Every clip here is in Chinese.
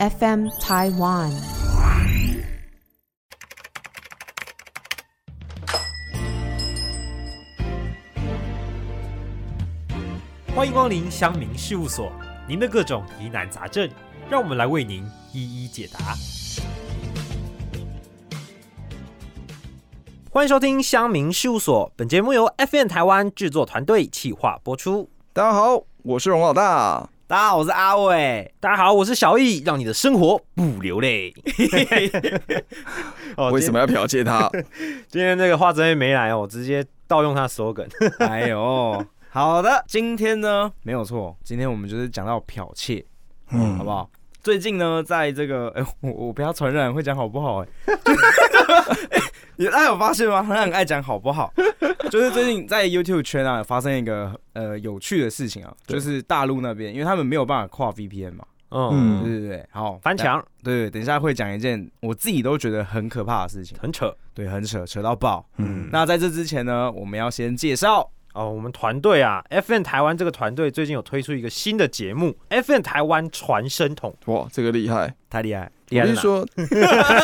FM Taiwan。欢迎光临乡民事务所，您的各种疑难杂症，让我们来为您一一解答。欢迎收听乡民事务所，本节目由 FN 台湾制作团队企划播出。大家好，我是荣老大。大家好，我是阿伟。大家好，我是小易，让你的生活不流泪。 哦为什么要剽窃他？今天 今天这个花泽类没来哦？我直接盗用他的 slogan。 哎呦，好的，今天呢没有错，今天我们就是讲到剽窃，嗯好不好？最近呢，在这个 哎、我我不要传染，会讲好不好、哎，大家有发现吗？他很爱讲好不 好，就是最近在 YouTube 圈啊，有发生一个呃有趣的事情啊，对就是大陆那边，因为他们没有办法跨 VPN 嘛，嗯，嗯对对对，好翻，墙对对，等一下会讲一件我自己都觉得很可怕的事情，很扯对，很扯，扯到爆。嗯，那在这之前呢，我们要先介绍哦。我们团队啊，FN 台湾这个团队最近有推出一个新的节目，FN 台湾传声筒。 哇，这个厉害！太厉害，厉害在我是哪说，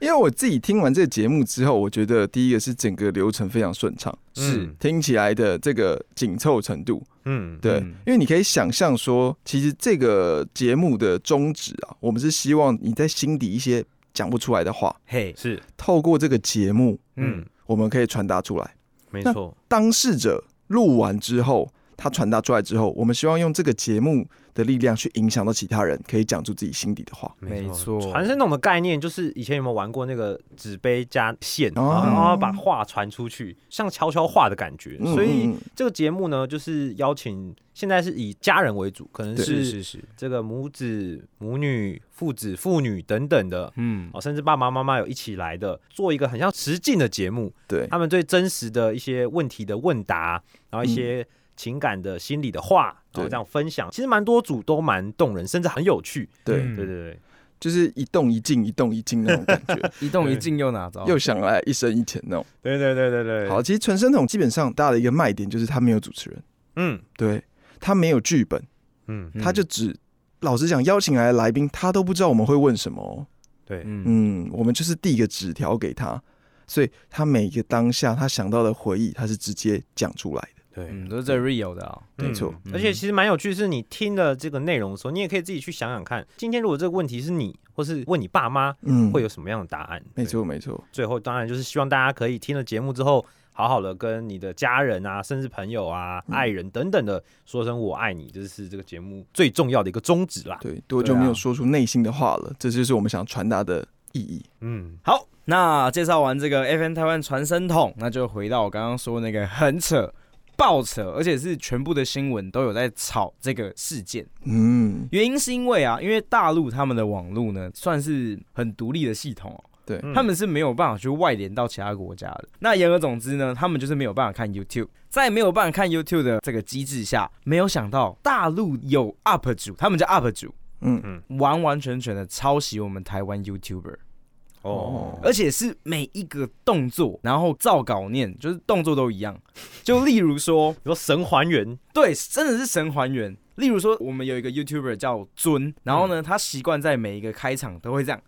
因为我自己听完这个节目之后，我觉得第一个是整个流程非常顺畅，是听起来的这个紧凑程度，嗯，对，嗯因为你可以想象说，其实这个节目的宗旨啊，我们是希望你在心底一些讲不出来的话，嘿，是，透过这个节目，嗯嗯，，我们可以传达出来。没错，当事者录完之后，他传达出来之后，我们希望用这个节目的力量去影响到其他人，可以讲出自己心底的话。没错传声筒的概念就是以前有没有玩过那个纸杯加线，然哦后把话传出去，像悄悄话的感觉。嗯所以嗯嗯这个节目呢，就是邀请现在是以家人为主，可能对是是是是，这个母子、母女、父子、妇女等等的。嗯，哦，甚至爸爸妈妈有一起来的，做一个很像实境的节目，对，他们对真实的一些问题的问答，然后一些情感的、心理的话，然后嗯对这样分享，其实蛮多组都蛮动人，甚至很有趣。对，嗯对对对，就是一动一静，一动一静那种感觉，一动一静又嗯哪招？又想来一生一浅那种。对对对对对好，，其实传声筒基本上大家的一个卖点就是他没有主持人，嗯对他没有剧本，嗯，嗯他就只。老实讲，邀请来的来宾他都不知道我们会问什么、哦，对，嗯嗯，我们就是递一个纸条给他，所以他每个当下他想到的回忆，他是直接讲出来的，对，嗯，都是最 real 的啊。没错嗯而且其实蛮有趣，是你听了这个内容的时候，你也可以自己去想想看，今天如果这个问题是你，或是问你爸妈，嗯，会有什么样的答案？没对错，没错，最后当然就是希望大家可以听了节目之后，好好的跟你的家人啊，甚至朋友啊、嗯爱人等等的说声我爱你，这是这个节目最重要的一个宗旨啦。对，多久啊没有说出内心的话了？这就是我们想传达的意义。嗯，好，那介绍完这个 FN 台湾传声筒，那就回到我刚刚说那个很扯。爆扯，而且是全部的新闻都有在炒这个事件。嗯，原因是因为啊，因为大陆他们的网络呢，算是很独立的系统哦，对，嗯他们是没有办法去外联到其他国家的。那言而总之呢，他们就是没有办法看 YouTube，在没有办法看 YouTube 的这个机制下，没有想到大陆有 UP 主，他们叫 UP 主，嗯完完全全的抄袭我们台湾 YouTuber，嗯哦，而且是每一个动作，然后照稿念，就是动作都一样。 就例如说，你说神还原，对，真的是神还原。例如说，我们有一个 YouTuber 叫尊，然后呢，他习惯在每一个开场都会这样：“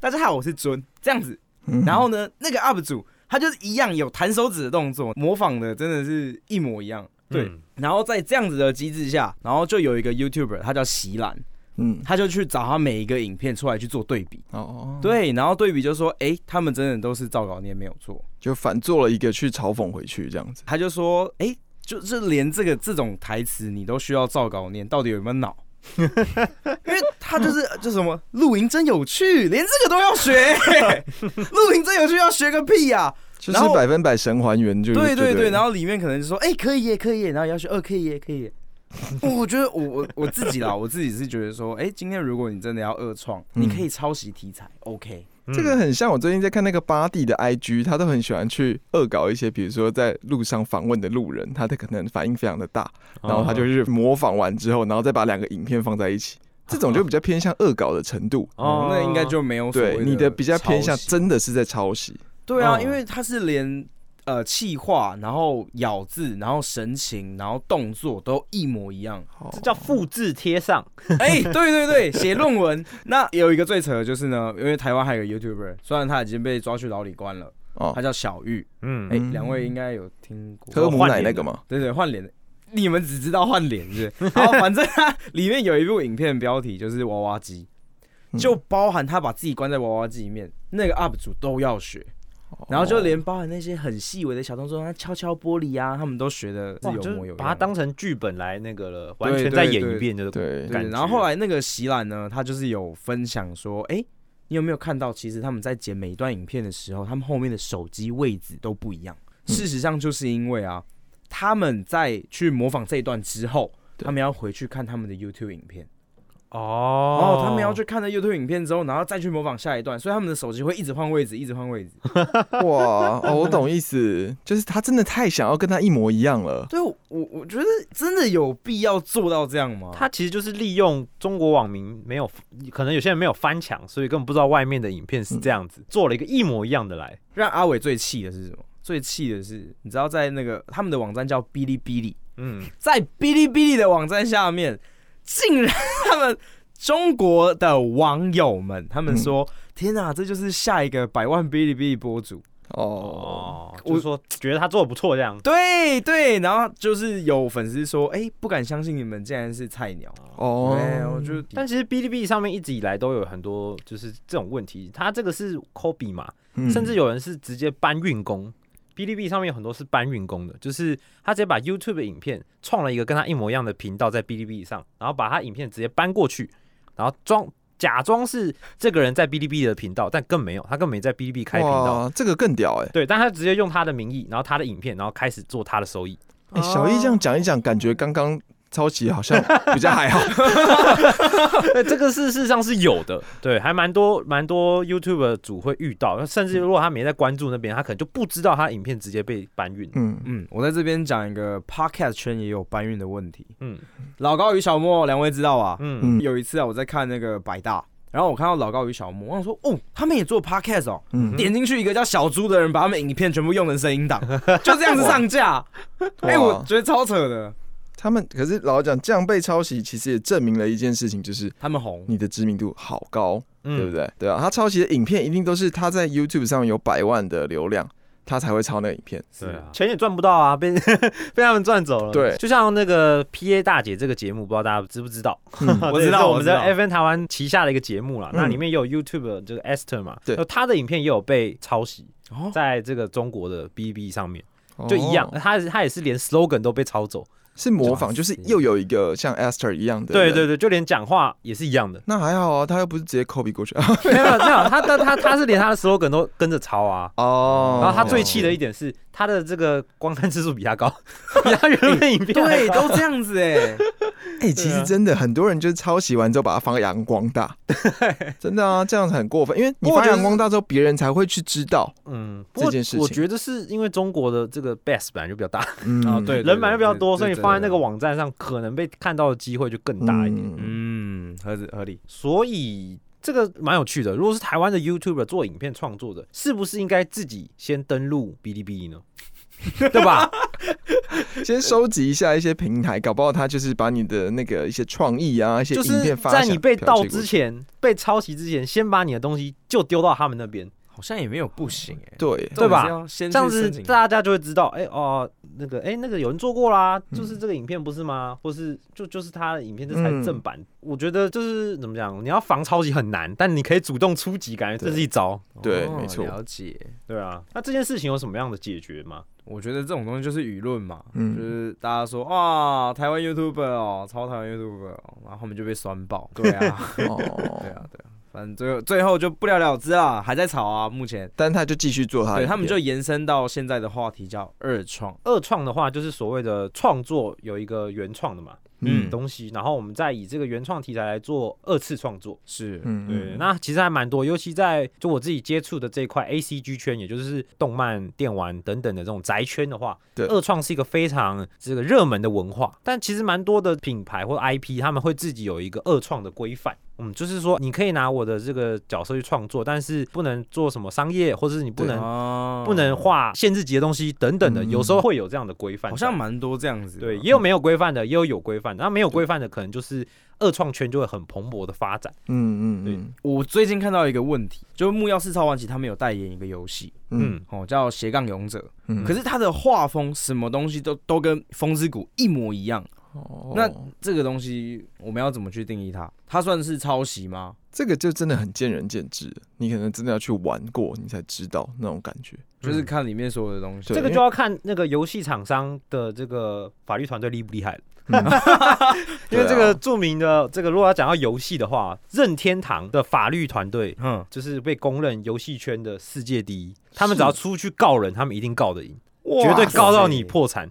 大家好，我是尊。”这样子，嗯然后呢，那个 UP 主他就是一样有弹手指的动作，模仿的真的是一模一样。对，嗯然后在这样子的机制下，然后就有一个 YouTuber，他叫席兰，嗯，他就去找他每一个影片出来去做对比。哦，，对，然后对比就说，诶，他们真的都是照稿念没有错。就反做了一个去嘲讽回去这样子。他就说，诶，就是连这个这种台词你都需要照稿念，到底有没有 脑？因为他就是就什么露营真有趣，连这个都要 学，露营真有趣要学个屁呀、就是然后百分百神还原，就是对对对，然后后里面可能就说，哎、可以耶，可以耶，然后要求，呃，可以耶，可以耶。我觉得我我我自己啦，我自己是觉得说，哎、今天如果你真的要恶创，嗯你可以抄袭题材，OK，嗯这个很像我最近在看那个巴蒂的 IG，他都很喜欢去恶搞一些，比如说在路上访问的路人，他的可能反应非常的大，哦然后他就是模仿完之后，然后再把两个影片放在一起，这种就比较偏向恶搞的程 度。嗯哦，那应该就没有所谓对，你的比较偏抄向袭真的是在抄袭。对啊，嗯因为他是连。呃气话，然后咬字，然后神情，然后动作都一模一 样。好这叫复制贴上。哎、对对对，写论文。那有一个最扯的就是呢，因为台湾还有个 YouTuber，虽然他已经被抓去牢里关了，他哦，叫小玉。嗯哎、嗯两位应该有听过。科姆奶那个嘛，对对，换脸的。你们只知道换脸是 不是？然后反正它里面有一部影片标题就是娃娃机，嗯就包含他把自己关在娃娃机里面，那个 UP 主都要学，然后哦就连包含那些很细微的小动作，他敲敲玻璃啊，他们都学的是哇有就是模有样的。把它当成剧本来那个了，完对全再对演一对遍就是对感对，觉然后后来那个席兰呢，他就是有分享说，哎、你有没有看到，其实他们在剪每一段影片的时候，他们后面的手机位置都不一样。嗯事实上，就是因为啊，他们在去模仿这一段之后，对他们要回去看他们的 YouTube 影片，哦然后他们要去看了 YouTube 影片之后，然后再去模仿下一段，所以他们的手机会一直换位置，一直换位置。哇哦，我懂意思，就是他真的太想要跟他一模一样了。对我，我我觉得真的有必要做到这样吗？他其实就是利用中国网民没有，可能有些人没有翻墙，所以根本不知道外面的影片是这样子，做了一个一模一样的来。让阿伟最气的是什么？最气的是，你知道在那个他们的网站叫哔哩哔哩。 嗯，在哔哩哔哩的网站下面，竟然他们中国的网友们，他们说：“天哪、这就是下一个百万哔哩哔哩博主。哦，哦，我就是说觉得他做的不错这样”。嗯对对，然后就是有粉丝说：“哎、不敢相信你们竟然是菜鸟。”哦对，啊我就但其实哔哩哔哩上面一直以来都有很多就是这种问题，他这个是 copy 嘛，嗯甚至有人是直接搬运工。哔哩哔哩上面有很多是搬运工的，就是他直接把 YouTube 的影片创了一个跟他一模一样的频道在哔哩哔哩上，然后把他影片直接搬过去，然后装假装是这个人在哔哩哔哩的频道，但更没有，他更没在哔哩哔哩开频道。哇，这个更屌哎、对，但他直接用他的名义，然后他的影片，然后开始做他的收益。哎、小易这样讲一讲，感觉刚刚抄袭好像比较还好。对，哎这个事事实上是有的，对，还蛮多蛮多 YouTube 主会遇到，甚至如果他没在关注那边，他可能就不知道他的影片直接被搬运。嗯，嗯，我在这边讲一个 podcast 圈也有搬运的问题。嗯老高与小莫，两位知道吧？嗯嗯有一次啊，我在看那个百大，然后我看到老高与小莫，我想说：“哦，他们也做 podcast 哦。”嗯点进去一个叫小猪的人，把他们影片全部用成声音档，就这样子上架。哎、我哇觉得超扯的，他们可是老实讲这样被抄袭，其实也证明了一件事情，就是他 们红。你的知名度好高，嗯，对不对？对？对啊，他抄袭的影片一定都是他在 YouTube 上有百万的流量，他才会抄那个影片。对啊，钱也赚不到啊，被 被他们赚走了。对就像那个 P A 大姐这个节目，不知道大家知不知道？ 嗯我这也知道是我们在我知 F N 台湾旗下的一个节目啦，嗯那里面也有 YouTube 这个 Esther 嘛，对那她的影片也有被抄袭，哦，在这个中国的 B B 上面就一样，哦她她也是连 slogan 都被抄走。是模仿，就是又有一个像 Esther 一样的。。对对。对，就连讲话也是一样的那还好啊，他又不是直接 copy 过去啊 没有没有，他的他他是连他的 slogan 都跟着抄啊。哦。然后他最气的一点是，他的这个观看次数比他高，比他原本影片还对，高 都这样子哎、哎、其啊实真的很多人就是抄袭完之后把它发扬 光大，真的啊，这样很过分，因为不你过我发觉得扬光大之后，别人才会去知道。嗯，这不过件事情我觉得是因为中国的这个 base 本来就比较大，嗯啊对 人本来就比较多，对对所以你放在那个对对网站上，可能被看到的机会就更大一点。嗯嗯，合理合理。所以这个蛮有趣的。如果是台湾的 YouTuber 做影片创作者，是不是应该自己先登录哔哩哔哩 呢？对吧？嗯先收集一下一些平台，搞不好他就是把你的那个一些创意啊，一些就影是片发在你被盗之前，前、被抄袭之前，先把你的东西就丢到他们那边，好像也没有不行哎、对，对吧重点是要先这去样子申请大家就会知道，哎、哦，那个，哎、那个有人做过啦，嗯就是这个影片不是吗？或是就就是他的影片这才是嗯正版。我觉得就是怎么讲，你要防抄袭很难，但你可以主动出击，感觉这是一招，对哦没错了解。对啊。那这件事情有什么样的解决吗？我觉得这种东西就是舆论嘛，嗯就是大家说啊，台湾 YouTuber 哦，超台湾 YouTuber，、哦、然后他们就被酸爆。对啊，对哦，啊，对啊，反正最后最后就不了了之啊，还在吵啊，目前。但他就继续做他的影片，对他们就延伸到现在的话题叫二创，二创的话，就是所谓的创作有一个原创的嘛嗯东西，然后我们再以这个原创题材来做二次创作。是嗯对，那其实还蛮多，尤其在就我自己接触的这一块 A C G 圈，也就是动漫、电玩等等的这种宅圈的话，对二创是一个非常这个热门的文化。但其实蛮多的品牌或 I P，他们会自己有一个二创的规范。嗯，就是说你可以拿我的这个角色去创作，但是不能做什么商业，或者是你不对能哦不能画限制级的东西等等的，嗯有时候会有这样的规范在。好像蛮多这样子的，对，也有没有规范的，也有有规范的。那没有规范的，可能就是二创圈就会很蓬勃的发展。嗯嗯对嗯我最近看到一个问题，就是木曜四超玩其实他们有代言一个游戏，嗯嗯，哦，叫斜杠勇者，嗯可是他的画风什么东西都都跟风之谷一模一样，哦那这个东西我们要怎么去定义它？它算是抄袭吗？这个就真的很见仁见智，你可能真的要去玩过，你才知道那种感觉。嗯就是看里面所有的东西对这，个因为就要看那个游戏厂商的这个法律团队厉不厉害了。嗯 因为这对个啊著名的这个，如果要讲到游戏的话，任天堂的法律团队嗯，就是被公认游戏圈的世界第一。他们只要出去告人，他们一定告得赢，哇绝对告到你塞，破产。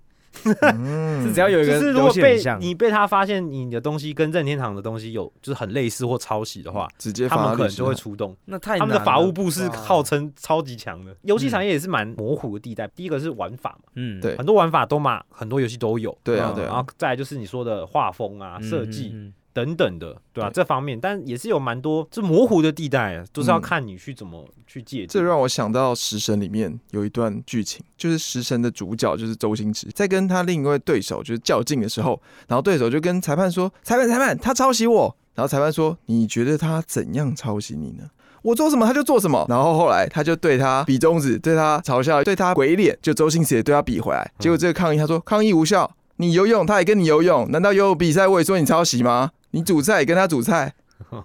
嗯是只要有就一个 是如果游戏很被像你被他发现你的东西跟任天堂的东西有就是很类似或抄袭的话，嗯嗯直接他发们可律能师就会函出动。那太他们的难法了务部是哇号称超级强的，游戏产业也是蛮模糊的地带。第一个是玩法嘛，嗯对很多玩法都嘛，很多游戏都有。对啊嗯对啊然后再来就是你说的画风啊、设计、嗯嗯嗯等等的，对啊，对这方面，但也是有蛮多这模糊的地带啊，就是要嗯看你去怎么去界这定。让我想到《食神》里面有一段剧情，就是食神的主角就是周星驰，在跟他另一位对手就是较劲的时候，然后对手就跟裁判说：“裁判，裁判，他抄袭我。”然后裁判说：“你觉得他怎样抄袭你呢？”我做什么他就做什么，然后后来他就对他比中指，对他嘲笑，对他鬼脸，就周星驰也对他比回来。结果这个抗议他说抗议无效，你游泳他也跟你游泳，难道游泳比赛我也说你抄袭吗？你煮菜也跟他煮菜，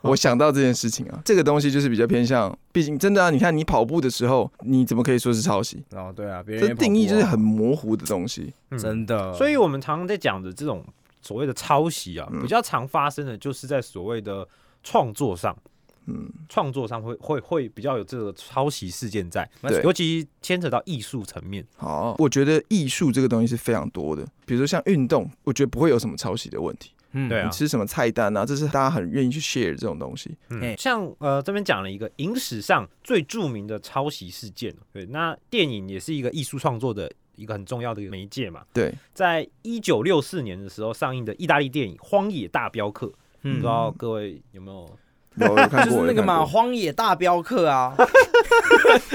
我想到这件事情啊，这个东西就是比较偏向，毕竟真的啊，你看你跑步的时候，你怎么可以说是抄袭？哦，对啊，别人这也跑定义步就是啊很模糊的东西。嗯真的，所以我们常常在讲的这种所谓的抄袭啊，嗯比较常发生的就是在所谓的创作上，嗯，创作上会会会比较有这个抄袭事件在，对尤其牵扯到艺术层面。好，我觉得艺术这个东西是非常多的，比如说像运动，我觉得不会有什么抄袭的问题。嗯对啊你吃什么菜单啊，这是大家很愿意去 share 这种东西。嗯嘿，像呃这边讲了一个影史上最著名的抄袭事件，哦对，那电影也是一个艺术创作的一个很重要的一个媒介嘛。对，在一九六四年的时候上映的意大利电影《荒野大镖客》，不嗯知道各位有没有？有 有看就过是那个嘛，《有看过荒野大镖客》 啊，哇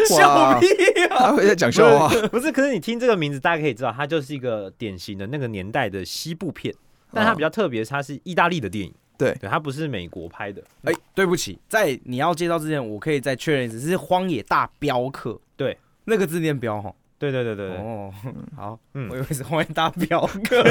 笑屁啊！他会在讲笑 话，不是，可是你听这个名字，大家可以知道，它就是一个典型的那个年代的西部片，但它比较特别，它是意大利的电影，啊对对，它不是美国拍的，哎，对不起，在你要介绍之前，我可以再确认一次，是《荒野大镖客》。对，那个字念镖哈。对对对对对，哦，好，嗯我以为是《荒野大镖 客》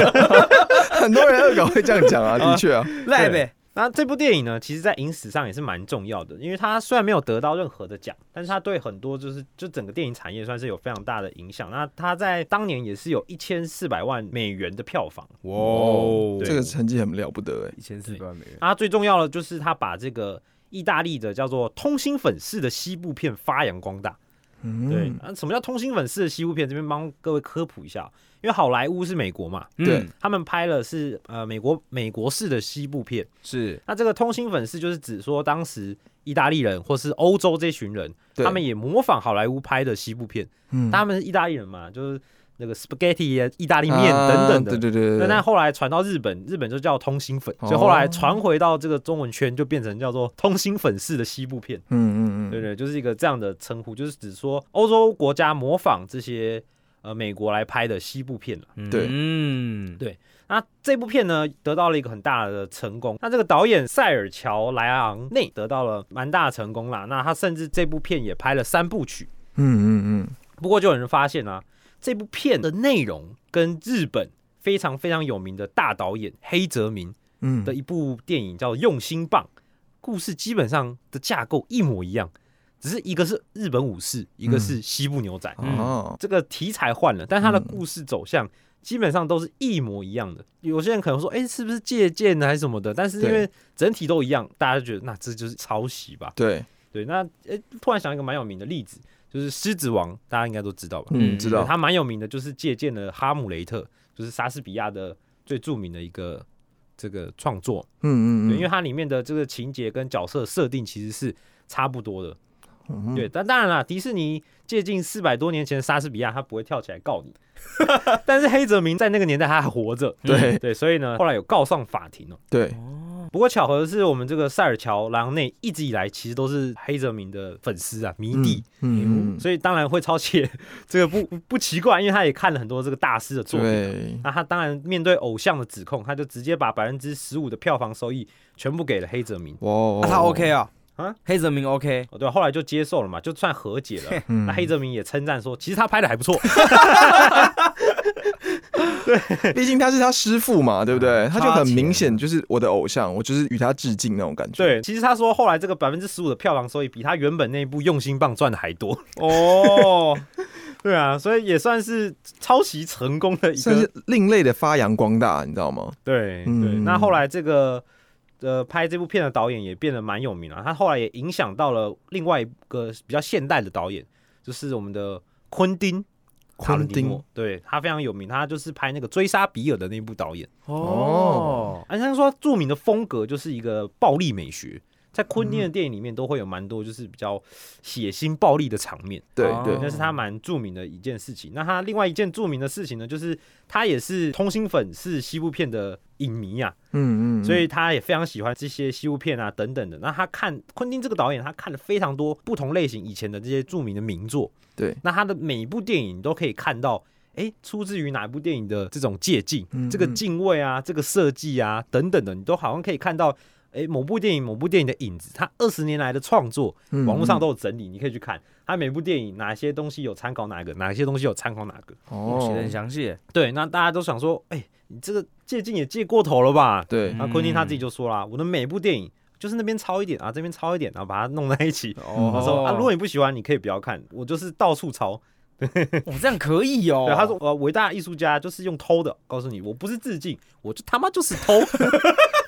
很多人恶搞会这样讲啊，的确啊，赖呗。那这部电影呢，其实在影史上也是蛮重要的，因为它虽然没有得到任何的奖，但是它对很多就是就整个电影产业算是有非常大的影响。那它在当年也是有一千四百万美元的票房。哇哦对这个成绩很了不得哎、一千四百万美元，那最重要的就是它把这个意大利的叫做通心粉式的西部片发扬光大。嗯，对，那、什么叫通心粉式的西部片？这边帮各位科普一下，因为好莱坞是美国嘛，对嗯，他们拍了是呃美国美国式的西部片。是那这个通心粉饰就是指说，当时意大利人或是欧洲这群人，对他们也模仿好莱坞拍的西部片，嗯他们是意大利人嘛，就是那个 spaghetti 啊意大利面等等的。啊对对对对那对，那后来传到日本，日本就叫通心粉，哦所以后来传回到这个中文圈，就变成叫做通心粉式的西部片，嗯嗯嗯，对对，就是一个这样的称呼，就是指说欧洲国家模仿这些呃美国来拍的西部片了。对嗯，对那这部片呢，得到了一个很大的成功。那这个导演塞尔乔莱昂内得到了蛮大的成功啦。那他甚至这部片也拍了三部曲。嗯嗯嗯，不过就有人发现啊，这部片的内容跟日本非常非常有名的大导演黑泽明嗯的一部电影叫《用心棒》，故事基本上的架构一模一样，只是一个是日本武士，一个是西部牛仔。嗯哦，这个题材换了，但它的嗯故事走向基本上都是一模一样的。有些人可能说，哎、是不是借鉴还是什么的？但是因对为整体都一样，大家就觉得那这就是抄袭吧？对，对，那哎、诶突然想一个蛮有名的例子，就是《狮子王》，大家应该都知道吧？嗯，嗯知对道，它蛮有名的，就是借鉴了《哈姆雷特》，就是莎士比亚的最著名的一个这个创作。嗯嗯对，嗯，因为它里面的这个情节跟角色设定其实是差不多的。嗯对，，但当然啦，迪士尼接近四百多年前的莎士比亚，他不会跳起来告你。 但是黑泽明在那个年代他还活着，对对，所以呢，后来有告上法庭哦。对，不过巧合的是，我们这个塞尔乔狼内一直以来其实都是黑泽明的粉丝啊，迷弟，嗯，嗯，所以当然会抄袭， 这个不不奇怪，因为他也看了很多这个大师的作品。对，那他当然面对偶像的指控，他就直接把百分之十五的票房收益全部给了黑泽明。哇啊，他哦 OK 啊，啊，黑泽明 OK，哦，对，后来就接受了嘛，就算和解了。嗯那黑泽明也称赞说，其实他拍的还不 错，毕竟他是他师傅嘛，对不对？他就差很钱明显就是我的偶像，我就是与他致敬那种感觉。对，其实他说后来这个百分之十五的票房收益比他原本那一部《用心棒》赚的还多。哦， 对啊，所以也算是抄袭成功的一算个。是另类的发扬光大，你知道吗？对对，嗯那后来这个呃拍这部片的导演也变得蛮有名了、他后来也影响到了另外一个比较现代的导演，就是我们的昆汀。塔伦昆蒂汀诺，对他非常有名，他就是拍那个追杀比尔的那部导演。哦，按像说著名的风格就是一个暴力美学，在昆嗯汀的电影里面都会有蛮多就是比较血腥暴力的场面，对哦对，那是他蛮著名的一件事情。那他另外一件著名的事情呢，就是他也是通心粉，是西部片的影迷啊，嗯嗯，所以他也非常喜欢这些西部片啊等等的。那他看昆汀这个导演，他看了非常多不同类型以前的这些著名的名作，对，那他的每一部电影你都可以看到。诶，出自于哪部电影的这种借镜？嗯这个嗯敬畏啊，这个设计啊，等等的，你都好像可以看到，诶，某部电影、某部电影的影子，它二十年来的创作，嗯网络上嗯都有整理，你可以去看它每部电影哪些东西有参考哪个，哪些东西有参考哪个。哦写的哦很，详细，对，那大家都想说，哎，你这个借镜也借过头了吧？对那昆汀他自己嗯就说啦，我的每部电影就是那边抄一点啊，这边抄一点，然后把它弄在一起。哦他说啊，如果你不喜欢，你可以不要看，我就是到处抄。我这样可以哦，对，他说呃，伟大艺术家就是用偷的，告诉你，我不是致敬，我就他妈就是偷。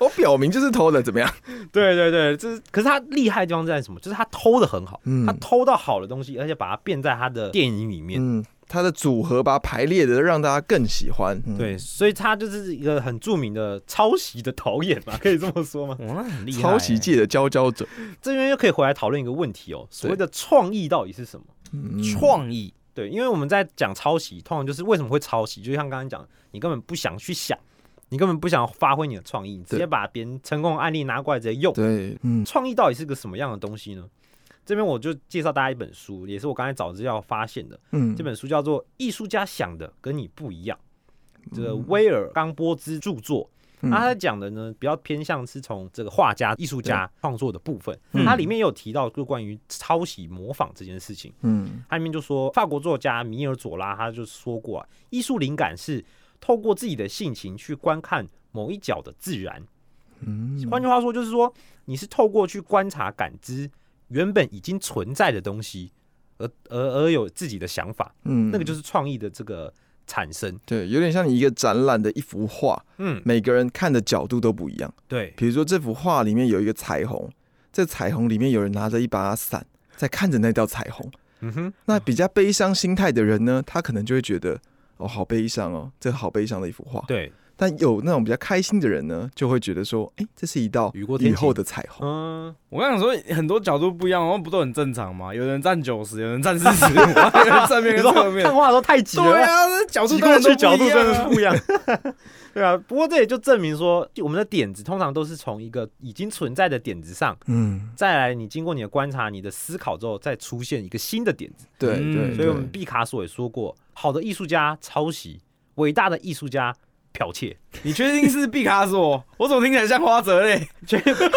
我表明就是偷的，怎么样？对对对，这是可是他厉害的地方在什么？就是他偷的很好，嗯他偷到好的东西，而且把它变在他的电影里面。嗯，他的组合把它排列的让大家更喜欢。嗯，对，所以他就是一个很著名的抄袭的导演 嘛，可以这么说吗？哇，那很厉害，抄袭，界的佼佼者，这边又可以回来讨论一个问题哦，所谓的创意到底是什么？嗯创意，对，因为我们在讲抄袭，通常就是为什么会抄袭，就像刚刚讲，你根本不想去想，你根本不想发挥你的创意，你直接把别人成功的案例拿过来直接用。对，嗯创意到底是个什么样的东西呢？这边我就介绍大家一本书，也是我刚才找资料发现的，嗯，这本书叫做《艺术家想的跟你不一样》，这个威尔冈波兹著作。嗯那他讲的呢，比较偏向是从这个画家、艺术家创作的部分。嗯它里面也有提到就关于抄袭、模仿这件事情。嗯它里面就说，法国作家米尔佐拉他就说过啊，艺术灵感是透过自己的性情去观看某一角的自然。嗯，换句话说，就是说你是透过去观察、感知原本已经存在的东西，而而而有自己的想法。嗯那个就是创意的这个产生。对，有点像你一个展览的一幅画，嗯，每个人看的角度都不一样。对，比如说这幅画里面有一个彩虹，这彩虹里面有人拿着一把伞在看着那道彩虹。嗯哼，那比较悲伤心态的人呢，他可能就会觉得哦，好悲伤哦，这好悲伤的一幅画。对，但有那种比较开心的人呢，就会觉得说，哎、这是一道雨过天雨晴后的彩虹。嗯，我刚想说很多角度不一样，然后不都很正常吗？有人站九十，有人站四 十，有人站面你跟说侧面看，画的时候太急对了，啊，这角度挤当过然去都角不度一真的是样啊。不一样。对啊，不过这也就证明说，就我们的点子通常都是从一个已经存在的点子上，嗯，再来你经过你的观察、你的思考之后，再出现一个新的点子。对嗯对所以我们对毕卡索也说过，好的艺术家抄袭，伟大的艺术家剽 窃。你确定是毕卡 索？我怎么听起来像花泽类？就是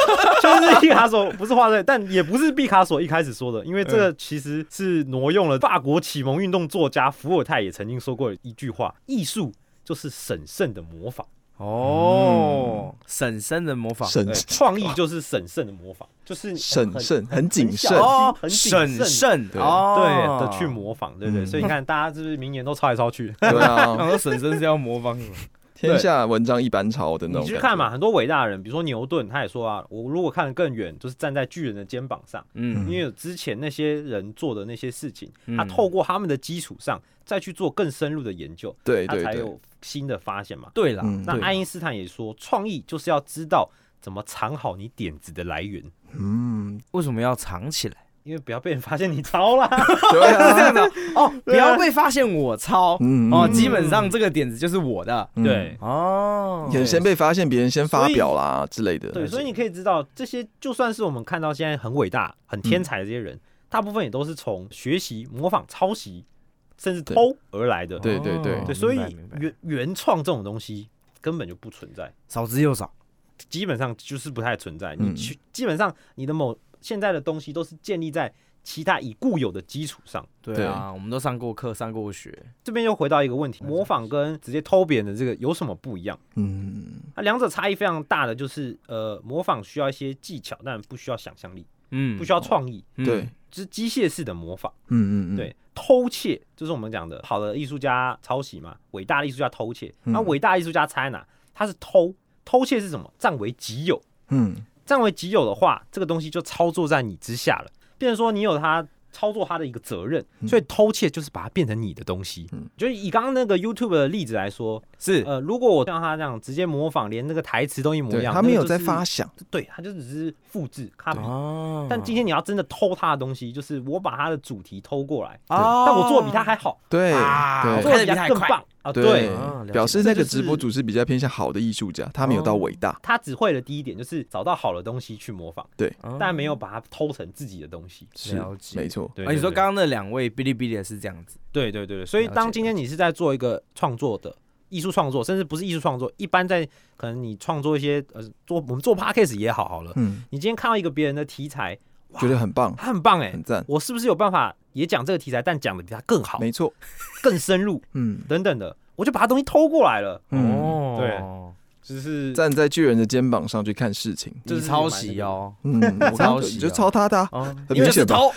毕卡索不是画的，但也不是毕卡索一开始说的，因为这个其实是挪用了法国启蒙运动作家伏尔泰也曾经说过一句话：艺术就是审慎的模仿，哦，婶婶的模仿，审对， 创意就是审慎的模仿，就是很审慎很很谨很小慎心哦，很谨审慎。慎对哦对，的去。模仿，对不对？嗯所以你看，大家是不是明年都抄来抄去？对 我啊，想说婶婶是要模仿什么？天下文章一般抄的那你种。去看嘛，，很多伟大的人，比如说牛顿，他也说啊，我如果看得更远，就是站在巨人的肩膀上，嗯因为有之前那些人做的那些事情，嗯他透过他们的基础上再去做更深入的研究，对他对才对，有新的发现嘛。对啦嗯，那对爱因斯坦也说，创意就是要知道怎么藏好你点子的来源。嗯，为什么要藏起来？因为不要被人发现你抄啦。 对啊， 哦，不要被发现我抄嗯哦，嗯基本上这个点子就是我的嗯对哦可能先被发现，别人先发所以表啦之类的。对，所以你可以知道，这些就算是我们看到现在很伟大、很天才的这些人，大部分也都是从学习、模仿、抄袭，甚至对偷而来的。对对对哦对，所以明白明白原原创这种东西根本就不存在，少之又少，基本上就是不太存在。嗯你去，基本上你的某现在的东西都是建立在其他已固有的基础上。对啊，我们都上过课，上过学，这边又回到一个问题：模仿跟直接偷别人的这个有什么不一样？嗯，那两者差异非常大的就是，呃，模仿需要一些技巧，但不需要想象力，嗯不需要创意，嗯对，就是机械式的模仿。嗯嗯嗯，，对，偷窃就是我们讲的好的艺术家抄袭嘛，伟大的艺术家偷窃。那嗯伟大艺术家猜哪？他是偷，偷窃是什么？占为己有，嗯占为己有的话，这个东西就操作在你之下了，变成说你有他操作他的一个责任，所以偷窃就是把它变成你的东西。嗯就以刚刚那个 YouTube 的例子来说，是呃，如果我像他这样直接模仿，连那个台词都一模一对，样，他那没个有就在是发，想，对，他就只是复制 copy。哦但今天你要真的偷他的东西，就是我把他的主题偷过来，哦但我做的比他还好，对啊我对做的比开得比他他还更快棒啊！对对，啊了，解表示那这个就是哦直播主是比较偏向好的艺术家，他没有到伟大。他只会了第一点，就是找到好的东西去模仿，哦嗯但没有把它偷成自己的东西。是了，解没错，对，啊，你说对对刚刚那两位哔哩哔哩的是这样子，对对对对，所以了解当今天你是在做一个创作的艺术创作，甚至不是艺术创作，一般在可能你创作一些呃做我们做 podcast 也好好了，嗯，你今天看到一个别人的题材，哇觉得很棒，他很棒哎很，赞，我是不是有办法也讲这个题材，但讲的比他更好、没错，更深入嗯等等的，我就把他东西偷过来了，嗯，对，就是站在巨人的肩膀上去看事情， 这你是抄蛮袭那个哦，嗯，我抄刚袭你就哦抄他的啊，哦，很你就明是显吧偷，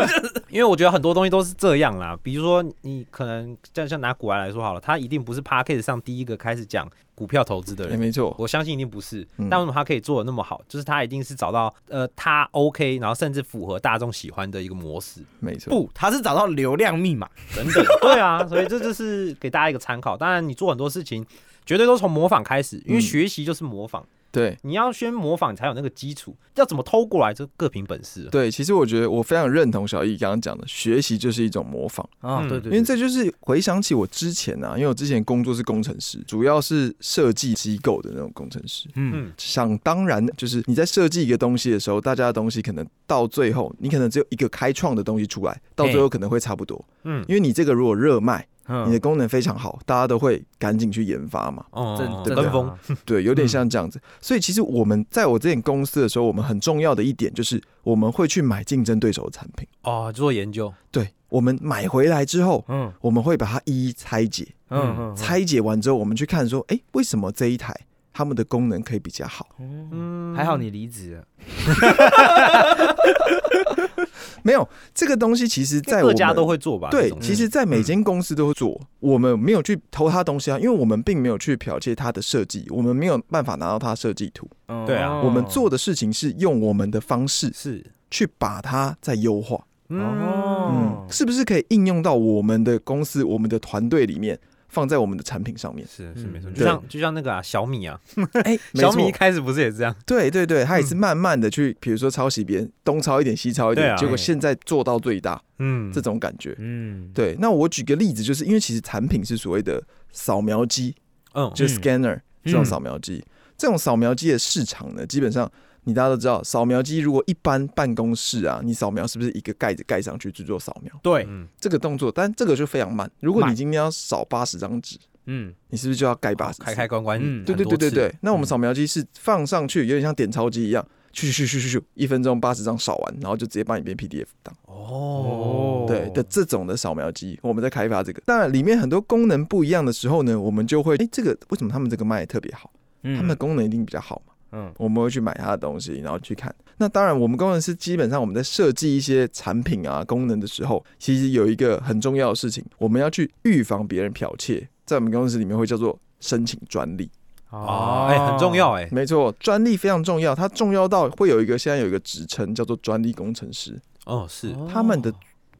因为我觉得很多东西都是这样啦，比如说你可能像像拿古玩来说好了，他一定不是 p a c k a g e 上第一个开始讲股票投资的哎，人，没错，我相信一定不是。嗯但为什么他可以做的那么好？就是他一定是找到呃他 OK，然后甚至符合大众喜欢的一个模式没错，不，他是找到流量密码，等 等。对啊，所以这就是给大家一个参考。当然，你做很多事情绝对都从模仿开始，因为嗯学习就是模仿，对。你要先模仿你才有那个基础，要怎么偷过来就各凭本事了。对，其实我觉得我非常认同小易刚刚讲的，学习就是一种模仿。啊嗯对对，因为对这就是回想起我之前啊，因为我之前工作是工程师，主要是设计机构的那种工程师。嗯嗯，想当然，就是你在设计一个东西的时候，大家的东西可能到最后，你可能只有一个开创的东西出来，到最后可能会差不多。嗯因为你这个如果热卖，你的嗯，功能非常好，大家都会赶紧去研发嘛。哦正正跟常风啊，对，有点像这嗯样子。所以其实我们在我之前公司的时候，我们很重要的一点就是我们会去买竞争对手的产品。哦，做研究，对，我们买回来之后，嗯我们会把它一一拆解。嗯嗯，拆解完之后，我们去看说，哎、为什么这一台他们的功能可以比较好？嗯，嗯还好你离职了，没有这个东西，其实在我各们家都会做吧？这对种，其实，在每间公司都会做。我们没有去偷他东西啊，因为我嗯们并没有去剽窃他的设计，我们没有办法拿到他设计图。嗯对啊我们做的事情是用我们的方式是，去把它再优化。嗯，？哦嗯，是不是可以应用到我们的公司、我们的团队里面，放在我们的产品上 面是是嗯没错，对就像就像那个啊，小米啊，哎、没小米错一开始不是也这样？对对对，他也是慢慢的去，比如说抄袭别人，东抄一点，西抄一嗯对点，啊结果现在做到最大，嗯这种感觉。嗯，对，那我举个例子，就是因为其实产品是所谓的扫描机，嗯就嗯是 scanner 这种扫描机，这种扫描机的市场呢，基本上你大家都知道，扫描机如果一般办公室啊，你扫描是不是一个盖子盖上去去做扫描对，嗯这个动作？但这个就非常慢。如果慢你今天要扫八十张纸，嗯，你是不是就要盖八十？开开关关，嗯对对对对对，那我们扫描机是放上去，有点像点钞机一样，去去去去去，一分钟八十张扫完，然后就直接帮你变 PDF 档，哦，对的这种的扫描机，我们在开发这个。当然，里面很多功能不一样的时候呢，我们就会，哎，这个为什么他们这个卖得特别好？他他们的功能一定比较好嘛，嗯我们会去买他的东西，然后去看。那当然，我们工程师基本上我们在设计一些产品啊功能的时候，其实有一个很重要的事情，我们要去预防别人剽窃，在我们公司里面会叫做申请专利。啊哦，哎，很重要哎，没错，专利非常重要，它重要到会有一个现在有一个职称叫做专利工程师，哦是，他们的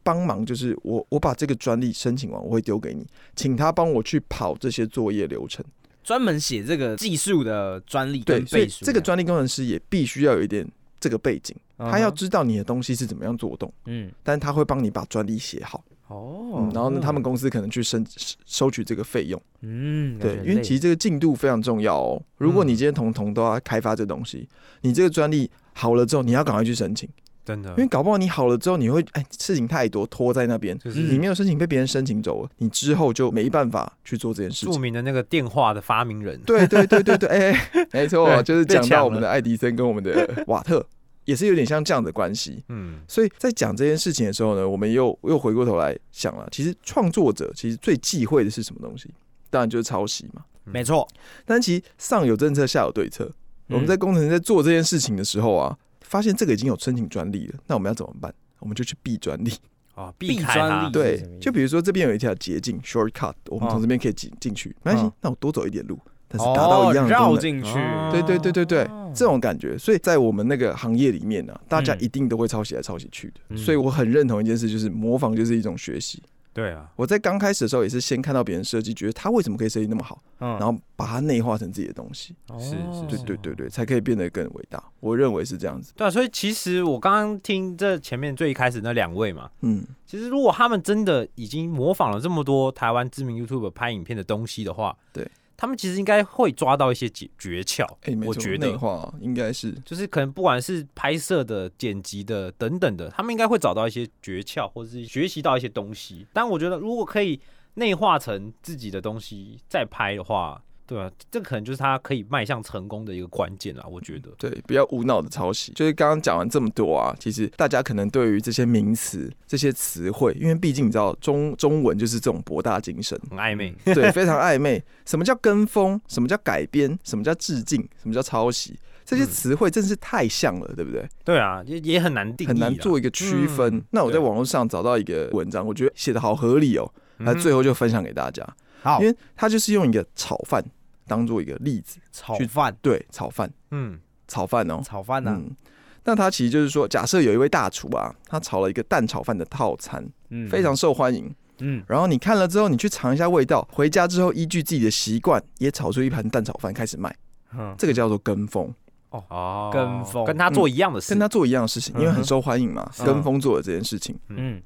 帮忙就是我我把这个专利申请完，我会丢给你，请他帮我去跑这些作业流程。专门写这个技术的专利跟对，所以背书，这个专利工程师也必须要有一点。这这个背景，他要知道你的东西是怎么样做动，嗯但他会帮你把专利写好。哦嗯，然后呢，他们公司可能去申收取这个费用。嗯对，因为其实这个进度非常重要哦。如果你今天同同都要开发这东西，你这个专利好了之后，你要赶快去申请，真的因，为搞不好你好了之后，你会哎事情太多拖在那边，就是你没有申请被别人申请走了，你之后就没办法去做这件事 著情。名的那个电话的发明人，对对对对对，哎、没错，对就是被讲抢到我们的爱迪生跟我们的瓦特，也是有点像这样的关系。嗯，所以在讲这件事情的时候呢，我们又又回过头来想了，其实创作者其实最忌讳的是什么东西？当然就是抄袭嘛。没错，嗯但其实上有政策，下有对策。我们在工程师在做这件事情的时候啊，发现这个已经有申请专利了，那我们要怎么办？我们就去避专利。哦，避避开专它利对什么意，思哦就比如说这边有一条捷径 shortcut，我们从这边可以进进去，没关系嗯，那我多走一点路，但是哦，达到一样的功绕能。进去，哦对对对对对哦，这种感觉，所以在我们那个行业里面呢、啊，大家嗯一定都会抄袭来抄袭去的。嗯所以我很认同一件事，就是模仿就是一种学习。对啊，我在刚开始的时候也是先看到别人设计，觉得他为什么可以设计那么好，嗯哦然后把它内化成自己的东西。是是对对对对，才可以变得更伟大。我认为是这样子。对啊，所以其实我刚刚听这前面最一开始那两位嘛，嗯，其实如果他们真的已经模仿了这么多台湾知名 YouTube 拍影片的东西的话，对，他们其实应该会抓到一些诀诀窍哎、，没我错，觉内得。化、应该是就是可能不管是拍摄的、剪辑的等等的，他们应该会找到一些诀窍，或者是学习到一些东西。但我觉得如果可以内化成自己的东西再拍的话，对啊，这可能就是他可以迈向成功的一个关键啦。我觉得，对，不要无脑的抄袭。就是刚刚讲完这么多啊，其实大家可能对于这些名词、这些词汇，因为毕竟你知道中中文就是这种博大 精深，很暧昧，对，非常暧昧。什么叫跟风？什么叫改编？什么叫致敬？什么叫抄袭？这些嗯词汇真是太像了，对不对？对啊，也也很难定义，很难做。一个区分。嗯那我在对网络上找到一个文章，我觉得写的好合理哦，那嗯最后就分享给大家，好因为它就是用一个炒饭当做一个例子，炒去饭，对，炒饭，嗯，炒饭哦，炒饭啊呢？嗯。那他其实就是说，假设有一位大厨啊，他炒了一个蛋炒饭的套餐，嗯非常受欢迎。嗯然后你看了之后，你去尝一下味道，回家之后依据自己的习惯，也炒出一盘蛋炒饭开始卖，嗯这个叫做跟风，哦，跟风跟他做一样的事，跟他做一样的事情，因为很受欢迎嘛，嗯跟风做的这件事情。嗯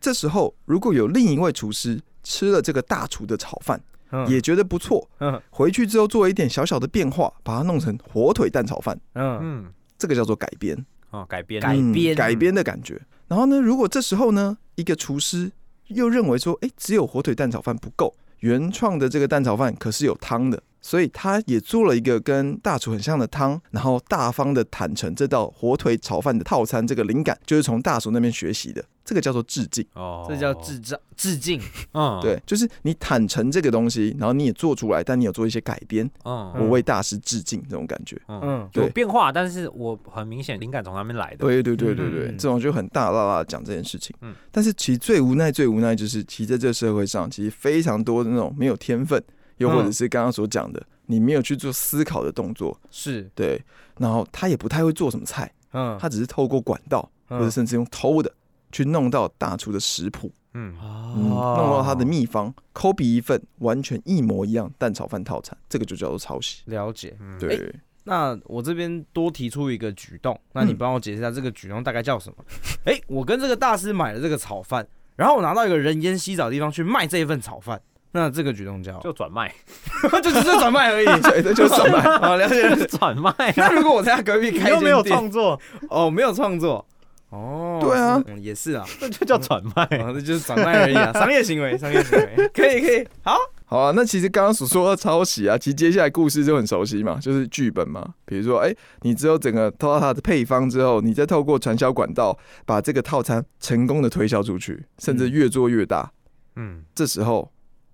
这时候如果有另一位厨师吃了这个大厨的炒饭，嗯也觉得不错，嗯回去之后做了一点小小的变化，把它弄成火腿蛋炒饭，嗯嗯，这个叫做改编。哦，改编，改编嗯改编的感觉。然后呢，如果这时候呢，一个厨师又认为说，哎，只有火腿蛋炒饭不够，原创的这个蛋炒饭可是有汤的，所以他也做了一个跟大厨很像的汤，然后大方的坦诚这道火腿炒饭的套餐，这个灵感就是从大厨那边学习的，这个叫做致敬。哦，这叫致，敬致敬，啊嗯，，对，就是你坦诚这个东西，然后你也做出来，但你有做一些改编，我嗯，为大师致敬这种感觉。嗯，嗯有对变化，但是我很明显灵感从那边来的，对对对对对，嗯这种就很大啦啦地讲这件事情。嗯但是其实最无奈、最无奈就是，其实在这个社会上，其实非常多的那种没有天分，又或者嗯是刚刚所讲的，你没有去做思考的动作，是对，然后他也不太会做什么菜，嗯他只是透过管道或者甚至用偷的去弄到大厨的食谱，嗯，哦嗯，弄到他的秘方，抠鼻一份完全一模一样蛋炒饭套餐，这个就叫做抄袭。了解。嗯，对，那我这边多提出一个举动，那你帮我解释一下这个举动大概叫什么？ 哎，我跟这个大师买了这个炒饭，然后我拿到一个人烟稀少的地方去卖这一份炒饭，那这个举动叫就转卖， 就只是转卖 而已。对，这就是上来。好，了解。转卖啊 那如果我在他隔壁 你开又一没有间店，创作，哦，没有创作，哦，对啊是嗯也是啊，这就叫转卖。啊，这就是转卖而 已啊，商业行为，商业行为， 可以可以，好，好啊，那其实刚刚所说的抄袭啊，其 实接下来故事就很熟悉嘛，就是剧本嘛。比如说，哎、你只有整个偷到它的配方之后，你再透过传销管道把这个套餐成功的推销出去，甚至越做越大，嗯，这时候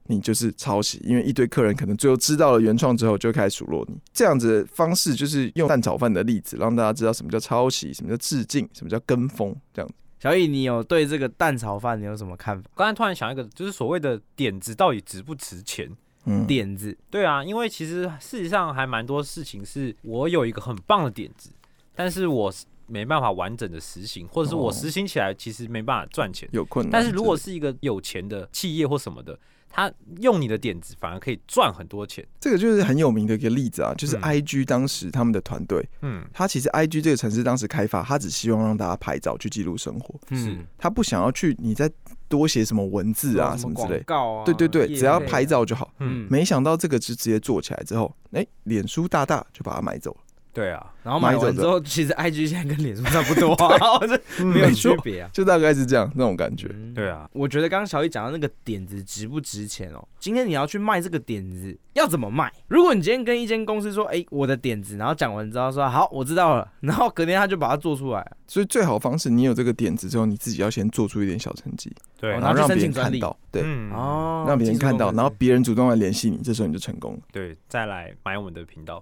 你就是抄袭，因为一堆客人可能最后知道了原创之后，就开始数落你。这样子的方式就是用蛋炒饭的例子，让大家知道什么叫抄袭，什么叫致敬，什么叫跟风，这样子。小易，你有对这个蛋炒饭你有什么看法？刚才突然想一个，就是所谓的点子到底值不值钱？嗯，点子，对啊，因为其实事实上还蛮多事情是我有一个很棒的点子，但是我没办法完整的实行，或者是我哦实行起来其实没办法赚钱。有困难。但是如果是一个有钱的企业或什么的，他用你的点子反而可以赚很多钱。这个就是很有名的一个例子啊，就是嗯 IG 当时他们的团队，嗯，他其实 IG 这个城市当时开发，他只希望让大家拍照去记录生活，是嗯，他不想要去你再多写什么文字啊什什么之类广。告啊，对对对，业只要配啊拍，照就好。嗯，没想到这个就直接做起来之后，哎、脸书大大就把它买走了。对啊，然后买买走完的嗯之后，其实 IG 现在跟脸书差不多 啊，这 没有没区错别啊。就大概是这样那种感觉。嗯对啊，我觉得刚刚小易讲到那个点子值不值钱哦，今天你要去卖这个点子，要怎么卖？如果你今天跟一间公司说，哎、我的点子，然后讲完之后说好，我知道了，然后隔天他就把它做出来，所以最好的方式，你有这个点子之后，你自己要先做出一点小成绩，对啊哦然那后去让申别请人专看利到，对，嗯，哦，让别人技术看到，公司然后别人主动来联系你，这时候你就成 功了。对，再来买我们的频 道，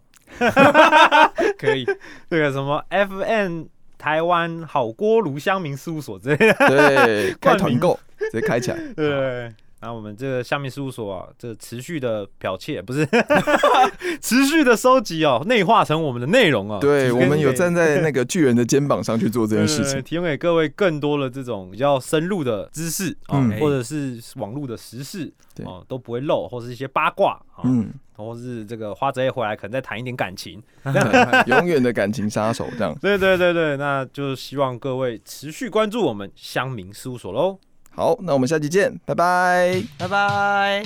可以，那个什么 FN 台湾好锅炉乡民事务所之类 的。对，开团购直接开起来。对。那我们这个下面事务所啊，这持续的剽窃不是， 持续的收集哦，内化成我们的内容哦。对，我们有在。站在那个巨人的肩膀上去做这件事 对情。提供给各位更多的这种比较深入的知识啊、嗯或者是网络的时事对哦、都不会漏，或是一些八卦啊，嗯，或是这个花泽类回来可能再谈一点感情。对永远的感情杀手这样。对对对对，那就希望各位持续关注我们乡民事务所喽。好，那我们下期见，拜拜。拜拜。